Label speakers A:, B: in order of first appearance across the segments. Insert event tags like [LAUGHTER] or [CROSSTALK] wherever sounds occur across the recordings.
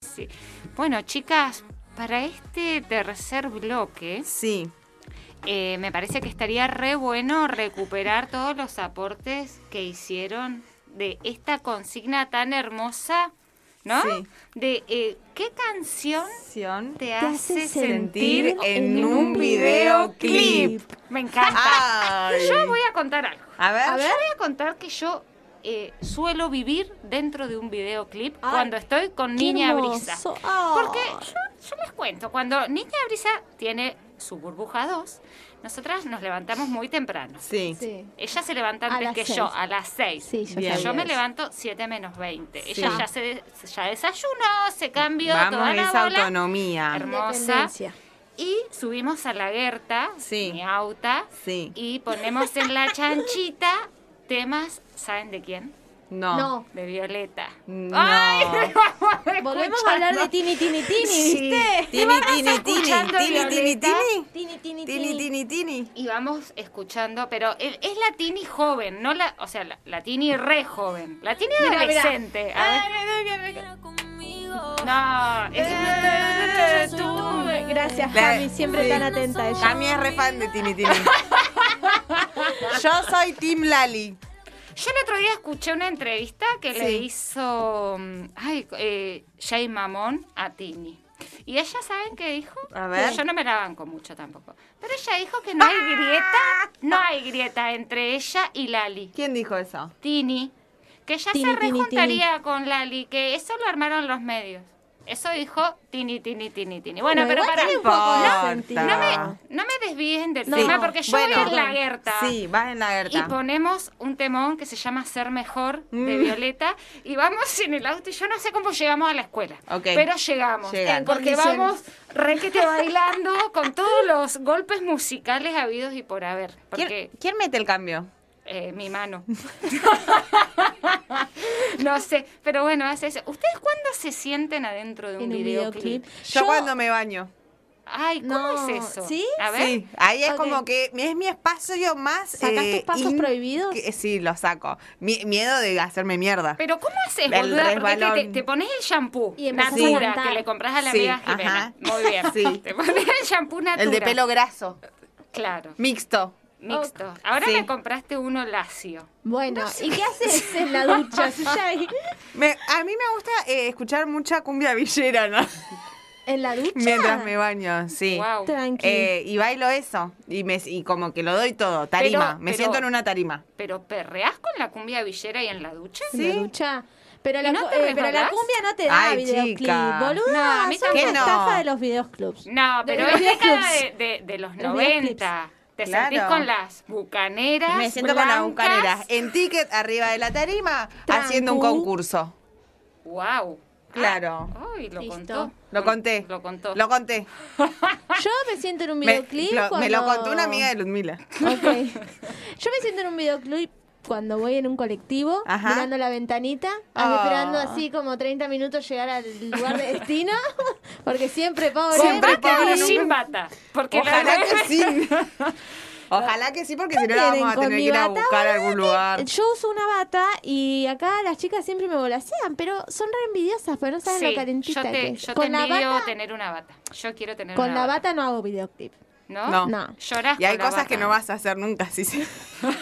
A: sí. Bueno, chicas, para este tercer bloque,
B: Sí.
A: eh, me parece que estaría re bueno recuperar todos los aportes que hicieron de esta consigna tan hermosa, ¿no?
B: Sí.
A: De eh, qué canción te hace
C: hace
A: sentir
C: sentir
B: en un videoclip.
A: Me encanta.
B: Ay.
A: Yo voy a contar algo.
B: A ver.
A: Yo voy a contar que yo eh, suelo vivir dentro de un videoclip cuando estoy con
C: qué
A: Niña
C: hermoso.
A: Brisa.
C: Ay.
A: Porque yo, yo les cuento, cuando Niña Brisa tiene su burbuja 2, nosotras nos levantamos muy temprano.
B: Sí.
C: Sí.
A: Ella se levanta
C: A
A: antes
C: las
A: que
C: seis.
A: yo, a las 6.
C: Sí, yo
B: Bien.
A: yo
C: sabía
A: me
C: eso.
A: levanto 7 menos 20.
B: Sí.
A: Ella ya, se, de- ya desayunó, se cambió,
B: Vamos
A: toda
B: a
A: la
B: esa
A: bola.
B: autonomía.
A: hermosa.
C: Independencia.
A: Y subimos a la Guerta,
B: Sí.
A: mi auta,
B: Sí.
A: y ponemos en la chanchita temas, ¿saben de quién?
B: No.
C: No.
A: De Violeta.
B: No.
A: ¡Ay! [LAUGHS] vamos
C: Volvemos a hablar de
A: escuchando.
C: Tini Tini Tini,
A: Sí.
C: ¿viste?
B: Eh, Tini,
A: Vamos
B: tini, tini,
A: escuchando
B: tini, tini,
A: Violeta.
B: tini.
C: Tini Tini
B: Tini,
C: Tini.
B: tini, tini.
A: Y vamos escuchando, pero es es la Tini joven, no la, o sea, la, la Tini re joven, la Tini
C: Mirá, mirá.
A: adolescente. A ver. No, es
C: Eh, tú. Gracias,
B: La-
C: Cami, siempre
B: sí.
C: tan atenta a ella.
B: Cami es re fan de Tini
A: [LAUGHS]
B: Tini. Yo soy Tim Lali.
A: Yo el otro día escuché una entrevista que le
B: Sí.
A: hizo mm, ay, eh, Jay Mamón a Tini. Y ella, ¿saben qué dijo?
B: A ver. ¡Ah!
A: Yo no me la banco mucho tampoco. Pero ella dijo que no hay grieta, no hay grieta entre ella y Lali.
B: ¿Quién dijo eso?
A: Tini, que ella
C: Tini,
A: se
C: Tini,
A: rejuntaría con Lali, que eso lo armaron los medios. Eso dijo Tini, Tini, Tini, Tini. Bueno, pero
C: igual
A: para...
C: tiene un poco de
B: No,
C: sentido.
B: no me-
C: Ah.
A: No me desvíen del
C: No.
A: tema Ah, porque yo voy
B: Bueno,
A: en la Gerta.
B: Sí, vas en la
A: Y
B: Gerta.
A: ponemos un temón que se llama Ser Mejor de
B: Mm.
A: Violeta y vamos [LAUGHS] en el auto y yo no sé cómo llegamos a la escuela,
B: Ok.
A: pero llegamos
B: Llegan.
A: eh, porque
C: Condiciones.
A: vamos requete bailando con todos los golpes musicales habidos y por haber,
B: ¿Quién,
A: porque
B: quién mete el cambio?
A: eh, mi mano. [LAUGHS] no sé, pero bueno, hace eso. ¿Ustedes cuándo se sienten adentro de un,
C: En un
A: videoclip?
C: videoclip.
B: Yo, cuando me baño.
A: Ay, ¿cómo
C: No,
A: es eso?
C: ¿sí?
A: A ver.
B: Sí, ahí es
C: Ok.
B: como que mi- es mi espacio más. eh,
C: ¿Sacás tus pasos prohibidos?
B: que- sí, los saco. Mi- miedo de hacerme mierda.
A: Pero ¿cómo haces,
B: El
A: boluda? Porque te- te,
B: resbalón.
A: te pones el shampoo
C: Y empezás a
A: Natura
C: cantar.
A: que le compras a la
B: Sí,
A: amiga Jimena.
B: ajá.
A: Muy bien.
B: Sí.
A: Te pones el shampoo Natura.
B: el de pelo graso,
A: Claro,
B: mixto.
A: mixto. Ahora
B: Sí.
A: me compraste uno lacio.
C: Bueno, ¿y qué haces en la ducha? [LAUGHS] Si ya hay-
B: Me- a mí me gusta eh, escuchar mucha cumbia
A: [LAUGHS]
B: villera, ¿no?
C: ¿En la ducha?
B: Mientras me baño, sí.
A: Wow.
C: Tranqui.
B: Eh, y bailo eso. Y, me, y como que lo doy todo. Tarima.
A: Pero-
B: me
A: pero-
B: siento en una tarima.
A: ¿Pero perreás con la cumbia villera y en la ducha?
C: en la ducha. Pero la,
A: ¿Y no
C: cu-
A: te
C: eh, pero la
A: resbalás?
C: cumbia no te da
B: Ay,
C: videoclip,
B: chica.
A: No,
C: boluda.
A: a mí
C: son
B: tampoco.
C: una estafa de los videoclubs.
A: No,
C: De
A: pero
C: los
A: es década de,
C: videoclips.
A: de- de los
C: Los
A: 90. Te
B: Claro.
A: sentís con las bucaneras.
B: Me siento con las bucaneras. Eh. En ticket, arriba de la tarima,
C: Trancu.
B: haciendo un concurso.
A: Wow.
B: Claro.
A: Ay, lo
C: Listo.
A: contó.
B: Lo conté.
A: Ah. Lo contó. [LAUGHS]
B: Lo conté.
C: Yo me siento en un
B: Me
C: videoclip
B: lo,
C: cuando...
B: me lo contó una amiga de Ludmila.
C: [LAUGHS] Ok. Yo me siento en un videoclip cuando voy en un colectivo,
B: Ajá.
C: mirando la ventanita,
B: Ah.
C: esperando así como 30 minutos llegar al lugar de destino, [LAUGHS] porque siempre pobre.
A: Con
B: Siempre
A: bata
B: pobre,
A: y
B: nunca-
A: sin bata. Porque la
B: Ojalá
A: verdad-
B: que sí. Ojalá que sí, porque si no la
C: Vienen
B: vamos a
C: con
B: tener que
C: mi
B: ir a
C: bata,
B: buscar a
C: boluda,
B: algún
C: que-
B: lugar.
C: Yo uso una bata y acá las chicas siempre me volasean, pero son re envidiosas, pero no saben
A: Sí,
C: lo calentita
A: yo te,
C: que es.
A: yo te
C: con la
A: envidio
C: bata,
A: tener una bata. Yo quiero tener
C: con
A: una
C: la bata no hago videoclip.
A: ¿No?
B: No.
C: No.
A: Llorás
B: Y hay
A: con la
B: cosas que
A: bata.
B: no vas a hacer nunca si, se- si
A: [LAUGHS]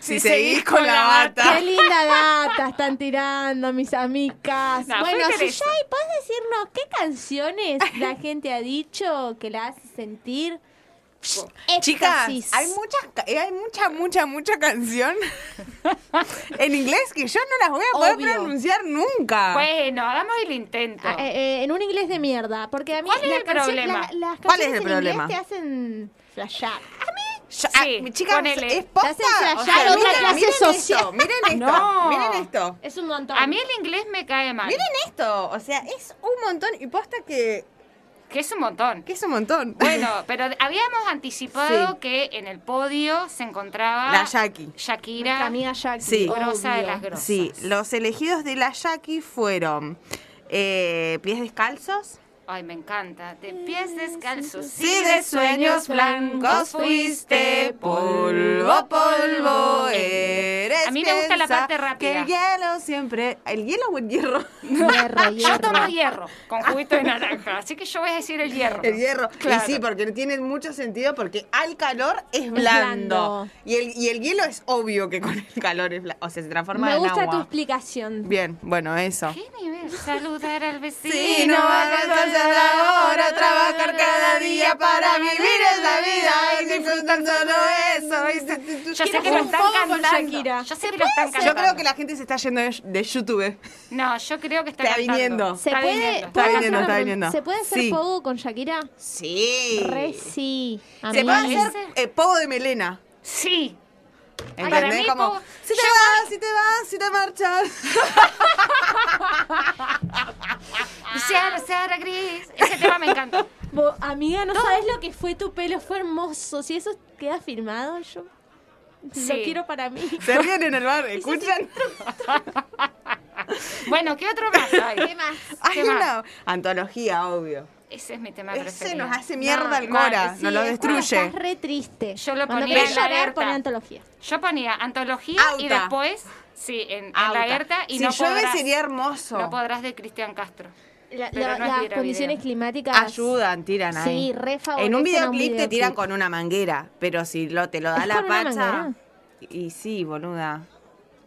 A: Si
B: seguís con la bata.
C: Qué linda data están tirando mis amigas.
A: No,
C: bueno,
A: fue Teresa.
C: Suyai, ¿puedes decirnos qué canciones
B: [LAUGHS]
C: la gente ha dicho que la hace sentir?
B: Chicas,
C: éxtasis?
B: hay muchas, ca- eh, hay mucha, mucha,
A: [LAUGHS]
B: mucha canción en inglés que yo no las voy a poder
C: Obvio.
B: pronunciar nunca.
A: Bueno, hagamos el intento.
C: Ah, eh, eh, en un inglés de mierda, porque a mí
A: ¿Cuál es
C: la
A: el
C: canción-
A: problema?
C: la- las
B: ¿Cuál es
C: canciones
B: el
C: en
B: problema?
C: inglés te hacen flashear.
B: Yo-
A: sí,
B: ah, chicas,
A: ponele.
B: es posta.
C: Te hacen
B: O sea,
C: flashear otra
B: miren,
C: clase
B: miren
C: social.
B: esto,
C: [LAUGHS]
B: miren esto,
A: No.
B: miren esto.
C: Es un montón.
A: a mí el inglés me cae mal.
B: Miren esto, o sea, es un montón y posta que,
A: Que es un montón.
B: que es un montón.
A: Bueno, pero habíamos anticipado
B: Sí.
A: que en el podio se encontraba
B: La Jackie.
A: Shakira,
C: Nuestra amiga Jackie,
B: Sí.
A: grosa de las
C: obvio.
A: grosas.
B: Sí, los elegidos de la Jackie fueron eh, Pies Descalzos,
A: Ay, me encanta. De pies descalzos.
B: Si de sueños blancos fuiste polvo, polvo eh. eres.
A: A mí me gusta la
B: piensa
A: parte rápida.
B: Que el hielo siempre. ¿El hielo o el hierro?
A: [LAUGHS]
C: Hierro,
A: Yo tomo
C: hierro.
A: hierro con juguito de naranja, así que yo voy a decir el hierro.
B: [LAUGHS] El hierro.
A: Claro.
B: Y sí, porque tiene mucho sentido porque al calor es blando.
C: blando.
B: Y, el, y el hielo es obvio que con el calor es blando. O sea, se transforma
C: Me
B: en
C: gusta tu
B: agua.
C: explicación.
B: Bien, bueno, eso.
A: ¿Qué nivel? Saludar al vecino.
B: Si no alcanzas la hora, trabajar cada día para vivir es la vida y disfrutar solo eso. Y se- se- se-
A: Yo sé
B: quiero
A: que lo
B: un
A: están
B: poco con
A: cantando.
C: Shakira.
A: Yo sé que lo están
B: Shakira.
A: cantando.
B: Yo creo que la gente se está yendo de, de YouTube.
A: No, yo creo que está,
B: Está
A: cantando.
B: viniendo.
C: ¿Se
A: Está
C: puede,
A: viniendo.
C: ¿puedo hacer
B: viniendo,
C: una
B: está
C: pregunta?
B: viniendo.
C: ¿Se puede hacer
B: Sí.
C: pogo con Shakira?
B: Sí.
C: Re sí.
B: Se
C: amiga.
B: puede
A: Amiga.
B: hacer eh, pogo de melena.
A: Sí. Ay, para
B: ¿Entendés?
A: mí,
B: Como,
A: pogo-
B: si te
A: yo
B: vas, si te vas, si te marchas.
A: [LAUGHS] Luciana, Sara Gris. Ese tema me encanta.
C: Vos, amiga, no, sabes lo que fue tu pelo, fue hermoso. Si eso queda filmado, yo
A: Sí.
C: lo quiero para mí.
B: [LAUGHS] Se ríen en el bar, ¿escuchan?
A: Ah. Bueno, ¿qué otro más hay?
C: ¿Qué más?
B: Hay
A: ¿Qué más?
B: una antología, obvio.
A: Ese es mi tema
B: Ese
A: preferido.
B: nos hace mierda
C: No,
B: al
A: mal,
B: Cora,
A: sí,
B: nos lo
C: es cuando
B: destruye.
C: Estás re triste.
A: Yo lo
C: Cuando
A: ponía
C: querés
A: en la
C: llorar,
A: alerta.
C: poné antología.
A: Yo ponía antología y
B: Auta.
A: después, sí, en, en la
B: Auta.
A: Berta y
B: si
A: no
B: llueve
A: podrás,
B: sería hermoso.
A: no podrás de Cristian Castro.
C: La-
A: Pero
C: la-
A: no es
C: las
A: vida,
C: condiciones
A: video.
C: climáticas.
B: Ayudan, tiran ahí.
C: Sí, re
B: En un
C: favorecen a
B: videoclip,
C: un
B: te tiran
C: videoclip.
B: con una manguera, pero si lo, te lo da
C: ¿Es
B: la
C: con una
B: pacha.
C: manguera?
B: Y sí, boluda.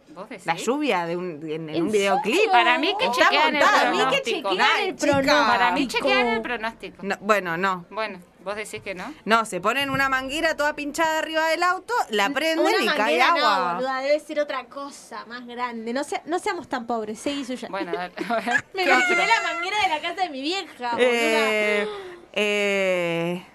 A: ¿Vos decís?
B: La lluvia de un, en, en
C: ¿En
B: un videoclip.
C: serio?
A: Para mí que
B: Está
A: chequean el
B: montada.
C: Para
B: no,
C: mí que
A: pronóstico.
C: chequean el
B: chica.
C: pronóstico.
A: Para mí chequean el pronóstico.
B: No, bueno, no.
A: Bueno, vos decís que no.
B: No, se ponen una manguera toda pinchada arriba del auto, la prenden
C: Una
B: y cae
C: manguera no,
B: agua.
C: boluda, debe ser otra cosa más grande. No, sea- no seamos tan pobres, seguí suya.
A: Bueno, dale. a ver,
C: [LAUGHS] Me
A: ¿qué otro?
C: imaginé la manguera de la casa de mi vieja, boluda.
B: Eh, eh,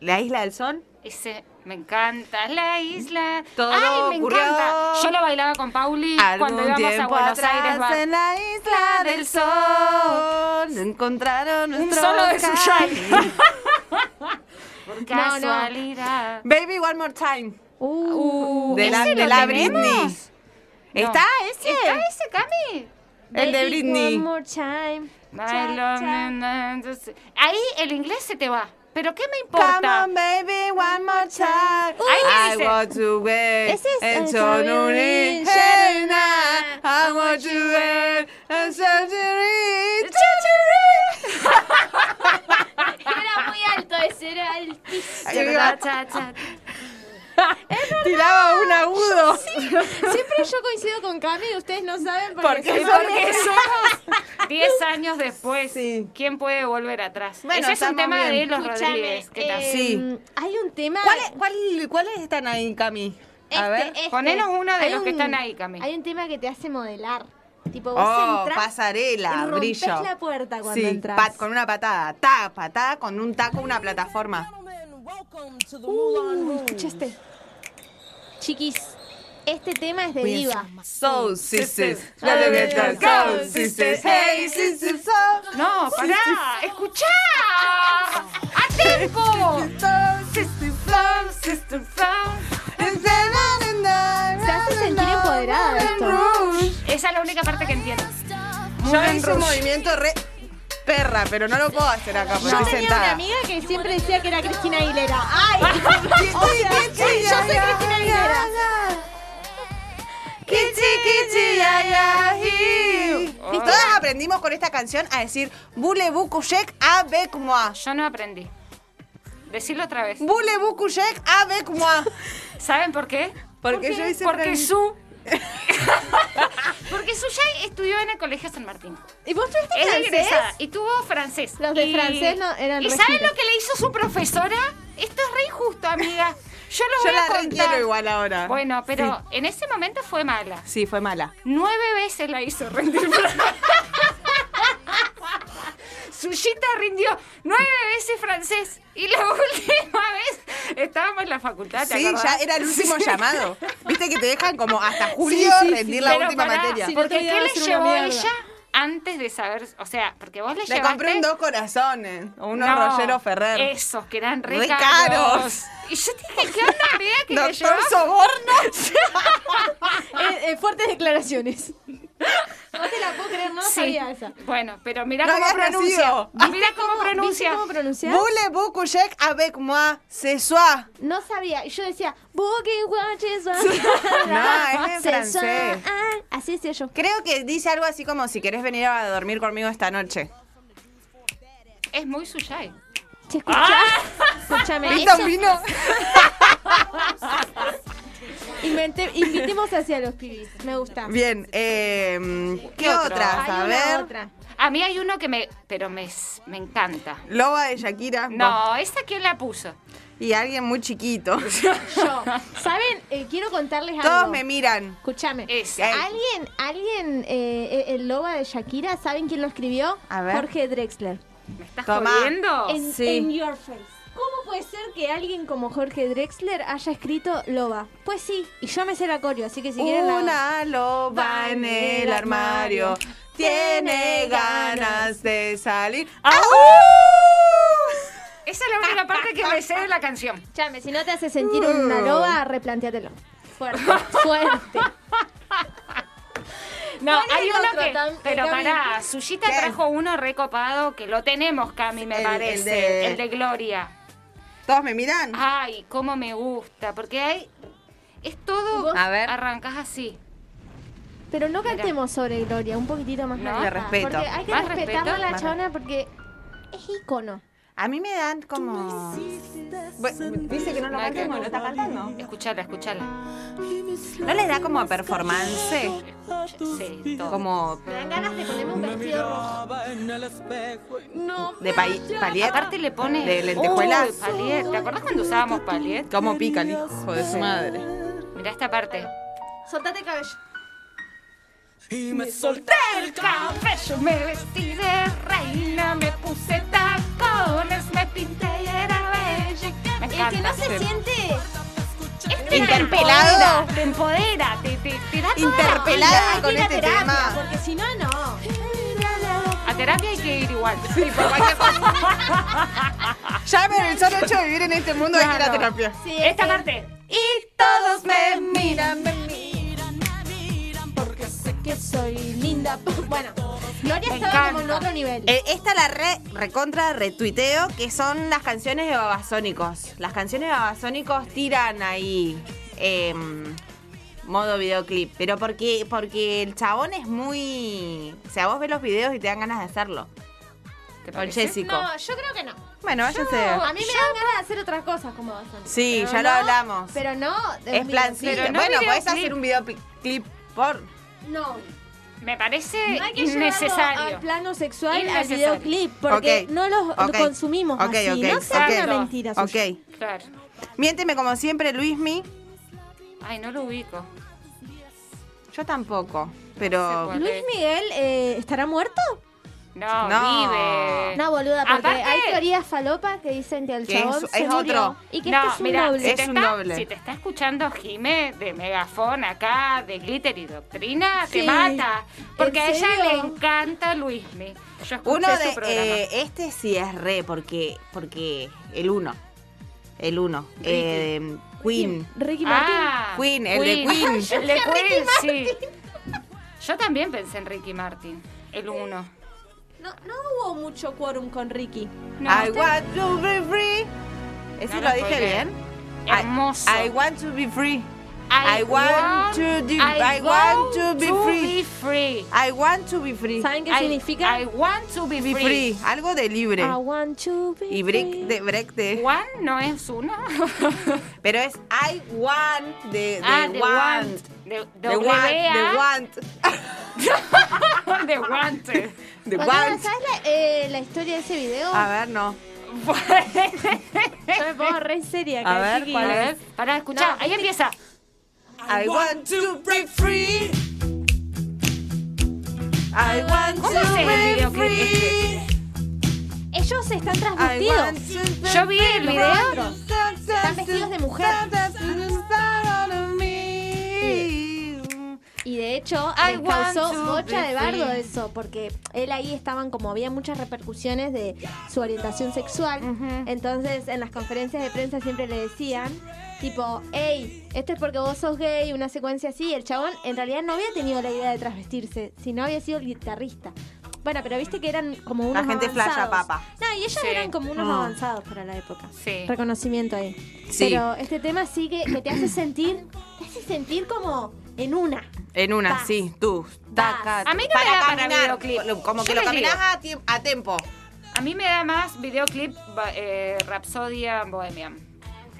B: la isla del sol.
A: Ese, me encanta la isla.
B: Todo
A: Ay, me
B: ocurrió
A: encanta. Yo lo bailaba con Pauli cuando
B: Algún
A: íbamos a
B: tiempo
A: Buenos
B: atrás
A: Aires. va.
B: en la isla del sol encontraron
A: Un
B: nuestro
A: solo de Suyai.
B: Suyai.
A: Por
C: No, no.
A: casualidad.
B: Baby One More Time
C: Uh,
B: de la,
A: ¿ese
B: de
A: lo
B: la
A: tenemos?
B: Britney. ¿Está ese?
A: ¿Está ese, Cami?
B: el de
C: baby,
B: Britney.
C: One more time.
A: I
C: Cha,
A: love
C: cha.
A: you, na, entonces- Ahí el inglés se te va. ¿Pero qué me
B: Come
A: importa?
B: on, baby, one more time.
A: Ahí
B: I
A: dice.
B: want to wait
C: Ese es
B: and turn
C: el Charlie
B: on
C: Lee,
B: it.
C: Charlie
B: Hey, now, I want to wait and turn it.
C: Era muy alto ese, era altísimo.
B: Ahí va.
A: Cha, cha, cha.
B: Tiraba un agudo.
C: Siempre yo coincido con Cami y ustedes no saben porque
B: Porque
C: soy
A: Y
B: son-
C: pobre.
A: porque somos 10 años después.
B: Sí.
A: ¿Quién puede volver atrás?
B: Bueno,
A: Ese es un
B: estamos
A: tema de
B: bien.
A: los
C: Escúchame,
A: Rodríguez. ¿Qué tal?
C: eh,
B: Sí.
C: Hay un tema.
B: ¿Cuáles cuál, cuáles están ahí, Cami? A
C: este,
B: ver.
C: este.
A: Ponenos uno de
C: Hay
A: los que
C: un-
A: están ahí, Cami.
C: Hay un tema que te hace modelar. Tipo, vos
B: Oh,
C: entras
B: pasarela,
C: y rompes
B: brillo.
C: la puerta cuando
B: sí,
C: entras.
B: pat- con una patada. Ta, patada con un taco, una plataforma.
D: Gentlemen, welcome to the Moulin
C: Uh,
D: Rouge.
C: escuchaste. Chiquis, este tema es de
B: Bien.
C: diva.
B: So, sisters.
A: sisters.
B: la de
C: Ah,
B: Beatles. So, sisters. Hey, sisters. So,
A: No, pará,
B: [LAUGHS]
A: escuchá. ¡A tiempo!
B: so, sisters. So, sisters. And then, and then,
C: Se hace sentir
B: and then,
C: empoderada de esto.
B: and then,
A: Esa es la única parte que entiendo.
B: Yo hice un movimiento re perra, pero no lo puedo hacer acá porque
C: Yo
B: estoy
C: tenía una
B: sentada.
C: amiga que siempre decía que era Cristina Aguilera. ¡Ay!
A: [LAUGHS]
C: o sea, yo soy Cristina Aguilera.
A: Oh.
B: Todas aprendimos con esta canción a decir Voulez-vous coucher avec moi?
A: Yo no aprendí. Decirlo otra vez.
B: Voulez-vous coucher avec moi?
A: ¿Saben por qué?
B: Porque yo hice
A: Porque
B: francés.
A: su. Porque su ya estudió en el Colegio San Martín.
C: ¿Y vos tuviste
A: Es
C: francés?
A: egresada y tuvo francés.
C: Los de
A: Y-
C: francés no eran
A: ¿Y
C: re
A: saben
C: giles.
A: lo que le hizo su profesora? Esto es re injusto, amiga. Yo lo
B: Yo
A: voy a
B: la
A: contar.
B: requiero igual ahora.
A: Bueno, pero en ese momento fue mala.
B: Sí, fue mala.
A: Nueve veces la hizo rendir francés. [LAUGHS] Suyita rindió nueve veces francés. Y la [LAUGHS] última vez estábamos en la facultad. Ah, ¿te
B: Sí,
A: acordás?
B: ya era el último
A: Sí.
B: llamado. Viste que te dejan como hasta julio
C: sí, sí,
B: rendir
C: sí.
B: la
A: Pero
B: última
A: pará,
B: materia.
C: Sí, no
A: Porque
C: te voy a
A: ¿qué le
C: hacer una
A: llevó
C: mierda.
A: ella antes de saber? O sea, porque vos le,
B: Le
A: llevaste...
B: compré un dos corazones, unos
A: No,
B: rolleros Ferrer.
A: Esos, que eran re,
B: Re
A: caros.
B: caros.
A: Y yo te dije, ¿qué onda, amiga, que le
B: Doctor
A: llevas?
B: Soborno.
A: [LAUGHS]
C: Eh, eh, fuertes declaraciones. No te la puedo creer, no
A: Sí.
C: sabía esa.
A: Bueno, pero mira
B: No
A: cómo
B: habías
A: pronuncia.
B: nacido.
A: Mira cómo pronuncia.
C: ¿Viste cómo pronunciar?
B: Voulez-vous coucher avec moi ce soir?
C: No sabía. Y Yo decía, Booking Watches.
A: [LAUGHS]
B: No,
C: [LAUGHS]
B: es en francés.
C: ah, Así decía yo.
B: Creo que dice algo así como si querés venir a dormir conmigo esta noche.
A: Es muy suyai.
C: Che, escucha. Escúchame.
B: ¿Viste,
C: eso-
B: Pino?
A: [LAUGHS]
C: invente- invitemos hacia los pibis. Me gusta.
B: Bien, em, ¿qué,
A: otro?
B: otras? A
C: Hay una
B: ver,
C: otra.
A: A mí hay uno que me. Pero me, me encanta.
B: Loba de Shakira.
A: No, ¿esa quién la puso?
B: Y alguien muy chiquito.
C: Yo. ¿Saben? Eh, quiero contarles
B: Todos
C: algo.
B: me miran.
C: Escúchame.
A: Esa.
C: ¿Alguien, alguien, eh, eh, el loba de Shakira, ¿saben quién lo escribió?
B: A ver.
C: Jorge Drexler.
A: ¿Me estás
B: Tomá.
A: jodiendo?
C: En,
B: sí.
C: en Your Face. ¿Cómo puede ser que alguien como Jorge Drexler haya escrito loba? Pues sí, y yo me sé la coreo, así que si quieren la...
B: Una loba en el armario tiene ganas de salir. ¡Au!
A: Esa es la única parte que me sé de la canción.
C: Chame, si no te hace sentir
B: Uh.
C: una loba, replantéatelo. Fuerte, fuerte.
A: No,
C: ¿Cuál es
A: hay
C: el
A: uno
C: otro,
A: que.
C: Cam-
A: pero
C: Cami?
A: pará, Suyita
B: Eh, ¿Qué?
A: trajo uno recopado que lo tenemos, Cami, me
B: El- el
A: parece.
B: de-
A: El de Gloria.
B: Todos me miran.
A: Ay, cómo me gusta. Porque hay. Es todo.
C: ¿Vos?
B: A ver.
A: Arrancas así.
C: Pero no cantemos sobre Gloria, un poquitito más
A: No,
C: arriba.
A: de
B: respeto.
C: Porque hay que
A: Más
C: respetarla a
A: respeto,
C: la
A: más
C: chabona porque es ícono.
B: A mí me dan como. Bu- Dice que no lo
A: Nada que
B: cantemos, lo
A: ver.
B: está cantando.
A: Escuchala, escuchala.
B: ¿No les da como performance?
A: Sí, todo.
B: Como
C: Me dan ganas de ponerme un vestido rojo.
B: de paí- palier.
A: Aparte le pone.
B: De lentejuelas.
A: Uy, palier. ¿Te acordás cuando usábamos palier?
B: Como pica el hijo de su madre.
A: Mirá esta parte.
C: Soltate el cabello.
D: Y me solté el
A: Yo me vestí de reina, me puse tacones, me pinté y era bella. Me
C: El que no
A: encanta.
C: se siente...
A: Este
B: Interpelado.
A: Te empodera, te, te, te da toda la
B: Interpelada
A: onda.
B: con
C: ir a
B: este
C: terapia,
B: tema.
C: Porque si no, no.
A: A terapia hay que ir igual. Sí, por cualquier cosa.
B: [LAUGHS] Ya me el solo hecho de vivir en este mundo hay que ir a
A: Claro.
B: terapia.
C: [LAUGHS] Sí,
A: Esta
C: es que-
A: parte.
B: Y todos me miran, me miran.
C: Porque sé que soy linda. [LAUGHS] Bueno, Gloria
A: Me
C: estaba como en
A: encanta.
C: otro nivel.
B: Eh, esta la re, recontra retuiteo, que son las canciones de Babasónicos. Las canciones de Babasónicos tiran ahí em, modo videoclip. Pero porque, porque el chabón es muy. O sea, vos ves los videos y te dan ganas de hacerlo.
A: ¿Te
B: Con
A: parece?
B: Jessico.
C: no, yo creo que no.
B: Bueno, váyase.
C: A mí me dan ganas de hacer otras cosas como Boston.
B: Sí,
C: Pero
B: ya lo hablamos.
C: Pero no. de
B: Es
C: un
B: plancito.
A: Pero
C: videoclip.
A: no
B: bueno, podés
A: videoclip.
B: hacer un videoclip por.
C: No.
A: Me parece
C: No hay que llevarlo
A: innecesario.
C: al plano sexual, al
A: Innecesario.
C: videoclip, porque
B: Ok,
C: no los
B: ok,
C: consumimos
B: ok,
C: así.
B: ok,
C: no sea
A: ok.
C: una mentira
B: Ok.
C: suya.
A: Claro.
B: Miénteme como siempre, Luismi.
A: Ay, no lo ubico.
B: Yo tampoco. Pero.
A: Ok.
C: ¿Luis Miguel eh, estará muerto?
A: No,
B: No.
A: vive.
C: No, boluda, porque
A: Aparte-
C: hay teorías falopas que dicen que el
B: Que es-
C: chabón se
B: es
C: murió
B: otro.
C: y que
A: No,
C: este es un
A: mirá,
C: doble.
A: Si,
B: Es
A: te
B: un
A: está,
B: doble.
A: si te está escuchando Jimé de Megafón acá, de Glitter y Doctrina,
C: Sí.
A: te mata. Porque
C: ¿En
A: a ella
C: serio?
A: le encanta Luismi. Yo escuché
B: Uno
A: su
B: de.
A: programa.
B: eh, este sí es re, porque. Porque. El uno. El uno. Eh, Queen.
C: Ricky Martin.
A: Ah,
B: Queen, el de Queen.
A: El de Queen, sí. Yo también pensé en Ricky Martin, el uno.
C: No, no hubo mucho quórum con Ricky.
A: No,
B: I
A: usted-
B: want to be free. ¿Ese
A: No
B: lo
A: lo
B: dije
A: colgué.
B: bien? I-
A: hermoso.
B: I, want to be free.
A: I
B: I want to do- I want to be free.
A: be free.
B: I want to be free.
C: ¿Saben qué
A: I-
C: significa?
A: I want to be
B: Be
A: free.
B: free. Algo de libre.
C: I want to be
B: Y break de, break de.
A: One no es uno. [LAUGHS]
B: Pero es I want de, de
A: ah, the
B: want.
A: want. De,
B: The want. The want. [LAUGHS]
A: want. The wanted.
B: The
C: Boluda,
B: want.
C: ¿Sabes la, eh, la historia de ese video? [LAUGHS]
B: A ver, no.
C: Yo me pongo re seria.
B: A
C: acá,
B: ver,
C: chiquis.
A: A ver, pará, escuchá, ahí empieza.
B: I want to be free. I want
A: ¿Cómo
B: to
A: se
B: be
A: el videoclip
B: free.
C: Ellos se están
B: I want
C: transvestidos.
B: to be
A: Yo vi el
B: free.
A: video.
B: Están
C: vestidos de mujer.
B: Y
C: de hecho
A: I
C: eh,
A: want
C: causó
A: to
C: bocha
A: be
C: de bardo
A: free.
C: eso, porque él ahí estaban como había muchas repercusiones de su orientación sexual. Entonces en las conferencias de prensa siempre le decían, tipo, hey, esto es porque vos sos gay, una secuencia así. Y el chabón en realidad no había tenido la idea de transvestirse, sino había sido el guitarrista. Bueno, pero viste que eran como unos
B: gente flasha,
C: avanzados.
B: papa.
C: No, y ellos
A: Sí.
C: eran como unos
B: Ah.
C: avanzados para la época
A: Sí.
C: reconocimiento ahí.
B: Sí.
C: Pero este tema sí que, que te hace sentir, te hace sentir como en una.
B: En una,
C: Vas.
B: sí, tú.
C: Vas.
B: Taca,
A: A mí no me da para videoclip.
B: lo- Como que
A: Yo
B: lo
A: les
B: caminás
A: digo.
B: a, tiemp- a tiempo.
A: A mí me da más videoclip ba- eh, Rapsodia Bohemian.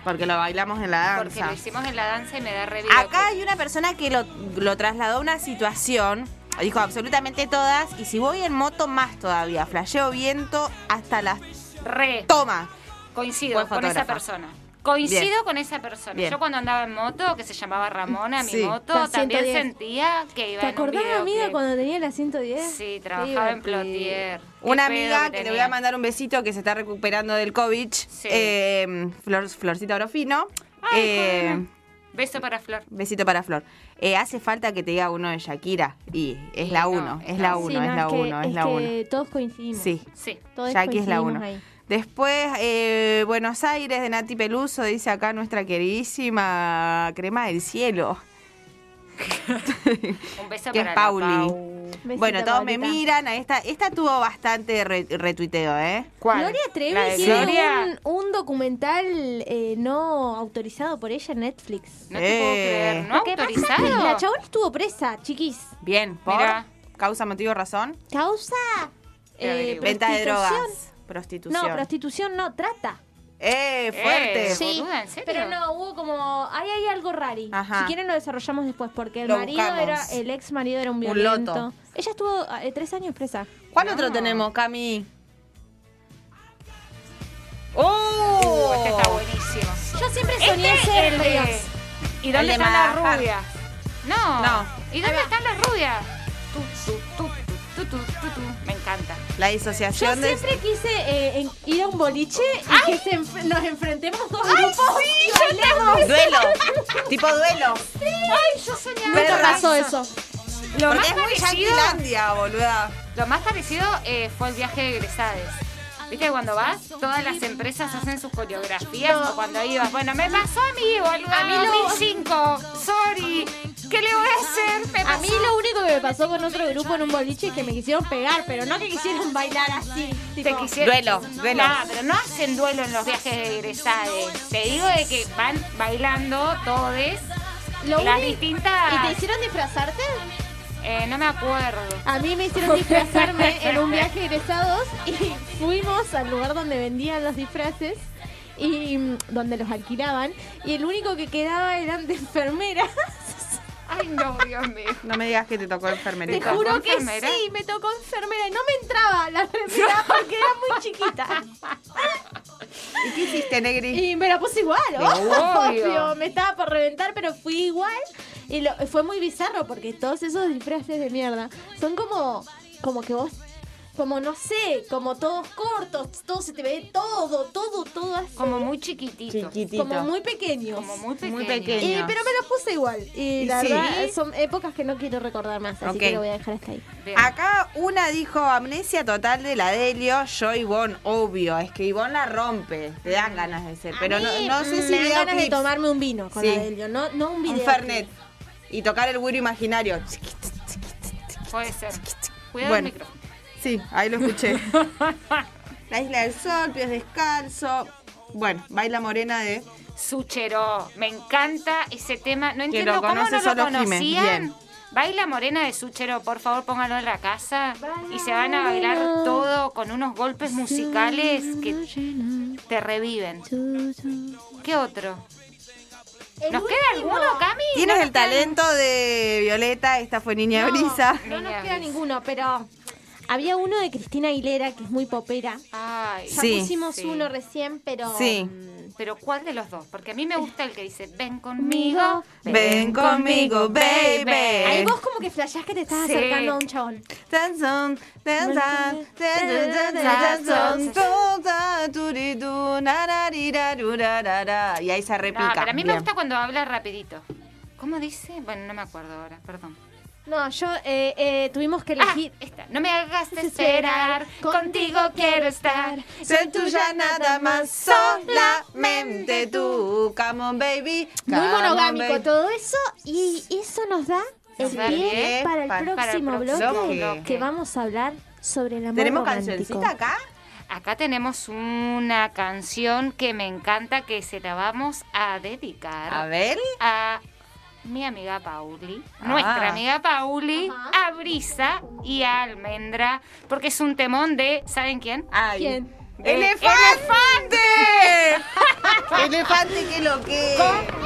B: Porque lo bailamos en la
A: Porque
B: danza.
A: lo hicimos en la danza y me da re
B: Acá
A: videoclip.
B: hay una persona que lo, lo trasladó a una situación. Dijo absolutamente todas. Y si voy en moto, más todavía. Flasheo viento hasta las
A: Re.
B: tomas.
A: Coincido
B: Buen
A: con esa
B: fotógrafa.
A: persona. Coincido
B: Bien.
A: con esa persona.
B: Bien.
A: Yo cuando andaba en moto, que se llamaba Ramona, mi
B: Sí.
A: moto,
C: La
A: también
C: 110.
A: sentía que iba
C: ¿Te
A: en un
C: acordás, amiga,
A: videoclip.
C: cuando tenía la 110?
A: Sí,
C: Qué
A: trabajaba en
C: divertido.
A: Plotier. Qué
B: Una
A: pedo
B: amiga que, le voy
A: tenía.
B: a mandar un besito que se está recuperando del COVID.
A: Sí.
B: eh, Flor- Florcita Orofino.
A: Ay,
B: Eh,
A: joder. Beso para Flor.
B: besito para Flor. Eh, hace falta que te diga uno de Shakira. Y es
A: Y
B: la
A: no,
B: uno, es
A: no.
B: la
A: Sí,
B: uno,
C: no,
B: es la
C: que-
B: uno, es la uno.
C: que todos coincidimos.
B: Sí.
A: Sí.
C: Todos
B: Jackie es la
C: coincidimos
B: uno.
C: ahí.
B: Después, eh, Buenos Aires de Nati Peluso, dice acá nuestra queridísima crema del cielo.
A: Un beso
B: Que es
A: para la
B: Pauli.
A: Pau.
C: Besito,
B: bueno, todos me
C: Paulita.
B: miran. Ahí está. Esta tuvo bastante re- retuiteo, ¿eh?
C: Gloria
A: La
C: Trevi
A: de
C: tiene
A: Gloria.
C: un, un documental eh, no autorizado por ella en Netflix.
A: No te puedo creer. ¿No
C: ¿Qué pasa?
A: autorizado?
C: La chabón estuvo presa, chiquis.
B: Bien, por
A: Mirá.
B: causa, motivo, razón.
C: Causa eh,
A: Te averiguo.
B: Venta de
C: prostitución.
B: drogas. Prostitución.
C: No, prostitución no, trata.
B: ¡Eh, fuerte!
A: Eh, Sí. boluda, ¿en serio?
C: Pero no, hubo como. Ahí hay algo rari.
B: Ajá.
C: Si quieren lo desarrollamos después, porque el
B: Lo
C: marido
B: buscamos.
C: era. El ex marido era un
B: Un
C: violento.
B: loto.
C: Ella estuvo eh, tres años presa.
B: ¿Cuál
A: No.
B: otro tenemos, Cami?
A: Uh,
B: ¡Oh!
A: este está buenísimo.
C: Yo siempre soñé
A: Este es
C: ser
A: el de-
C: Dios.
A: ¿Y dónde
B: El de
A: están las
B: Madagascar.
A: rubias? No.
B: No.
A: ¿Y dónde están las rubias? Tu, tu, tu, tu, tu, tu, tu. Me encanta.
B: La
C: Yo
B: disociación de...
C: siempre quise eh, en- ir a un boliche y que se enf- nos enfrentemos dos grupos. y bailemos.
B: Duelo. tipo duelo.
A: Ay, yo soñaba.
B: Pero
C: Nunca pasó eso.
A: Lo
B: Porque
A: más,
B: es muy
A: parecido,
B: Yanquilandia, boluda.
A: lo más parecido eh, fue el viaje de egresades. Viste que cuando vas, todas las empresas hacen sus coreografías o cuando ibas. Bueno, me pasó a mí, boluda.
C: A mí lo-
A: 2005. Sorry. ¿Qué le voy a hacer? Me
C: A mí
A: pasó.
C: lo único que me pasó con otro grupo en un boliche es que me quisieron pegar, pero no que quisieron bailar así.
A: Te
C: tipo,
A: quisieron-
B: Duelo, duelo.
A: No, pero no hacen duelo en los viajes de egresades. Te digo de que van bailando todes
C: Lo
A: las
C: único-
A: distintas.
C: ¿Y te hicieron disfrazarte?
A: Eh, no me acuerdo.
C: A mí me hicieron disfrazarme en un viaje de egresados y fuimos al lugar donde vendían los disfraces y mm, donde los alquilaban y el único que quedaba eran de enfermeras.
A: Ay, no, Dios mío.
B: No me digas que te tocó
C: Te
B: enfermerita.
A: tocó
C: juro que
A: enfermera?
C: sí, me tocó enfermera y no me entraba la
A: [LAUGHS]
C: enfermera porque era muy chiquita.
B: ¿Y qué hiciste, Negri?
C: Y me la puse igual,
A: obvio.
C: obvio. [LAUGHS] Me estaba por reventar, pero fui igual. Y lo- fue muy bizarro porque todos esos disfraces de mierda son como, como que vos, como no sé, como todos cortos, todo se te ve todo, todo, todo así.
A: Como muy chiquitito.
C: Como muy pequeños.
A: Como muy pequeño.
B: Muy
C: Y-
B: pequeño.
C: pero me lo puse igual. Y,
B: Y
C: la
B: sí.
C: verdad, son épocas que no quiero recordar más, así
B: Ok.
C: que lo voy a dejar hasta ahí.
A: Bien.
B: Acá una dijo amnesia total de la Delio, yo Ivonne, obvio, es que Ivonne la rompe, te dan ganas de ser, pero
C: A
B: no,
C: mí
B: no sé si
C: me dan ganas de
B: videoclips,
C: tomarme un vino con
B: Sí.
C: la Delio, no, no un
B: un
C: video.
B: Fernet y tocar el güiro imaginario.
A: Puede ser. Cuidado
B: Bueno.
A: el micrófono.
B: Sí, ahí lo
C: [LAUGHS]
B: escuché. la isla del sol, pies descalzo. Bueno, baila morena de.
A: Suchero. Me encanta ese tema. No entiendo
B: lo
A: cómo no
B: conoce
A: lo
B: solo Jimé.
A: conocían.
B: Bien.
A: Baila Morena de Suchero, por favor pónganlo en la casa y se van a
C: Baila
A: bailar
C: Morena.
A: todo con unos golpes musicales que te reviven. ¿Qué otro?
C: El
A: ¿Nos queda
C: último.
A: alguno, Cami?
B: Tienes
A: ¿No
B: el
A: nos queda
B: talento de Violeta, esta fue Niña
C: No,
B: Brisa.
C: No nos
A: Niña
C: queda
A: Brisa.
C: ninguno, pero había uno de Cristina Aguilera que es muy popera.
A: Ay,
C: Ya
B: Sí.
C: pusimos
A: Sí.
C: uno recién, pero.
A: Oh.
B: Sí.
A: pero ¿cuál de los dos? Porque a mí me gusta el que dice, ven conmigo.
B: Ven conmigo,
C: Ahí
B: baby.
C: vos como que flashás que te estás
A: Sí.
C: acercando a un chabón.
B: Tan son, tan tan, tan tan tan tan son, tan tan, turitu, nararirirarurarara. Y ahí se
A: No,
B: replica.
A: pero a mí me
B: Bien.
A: gusta cuando habla rapidito. ¿Cómo dice? Bueno, no me acuerdo ahora, perdón.
C: No, yo eh, eh, tuvimos que
A: Ah,
C: elegir.
A: esta. No me hagas esperar, contigo quiero estar.
B: Soy tuya nada más, solamente tú. Come on, baby.
C: Muy
B: come on,
C: monogámico
B: baby.
C: todo eso y eso nos da el
A: Sí,
C: pie
B: bien,
C: para el
B: para el
C: próximo
A: próximo
C: bloque
B: bloque.
C: que vamos a hablar sobre el amor
B: ¿Tenemos
C: romántico.
B: cancioncita acá?
A: Acá tenemos una canción que me encanta que se la vamos a dedicar
B: A ver.
A: a mi amiga Pauli,
B: Ah.
A: nuestra amiga Pauli,
C: Ajá.
A: a Brisa y a Almendra, porque es un temón de, ¿saben quién?
B: Ay.
C: ¿Quién?
B: [LAUGHS] ¡Elefante! ¡Elefante, qué lo que!
A: Con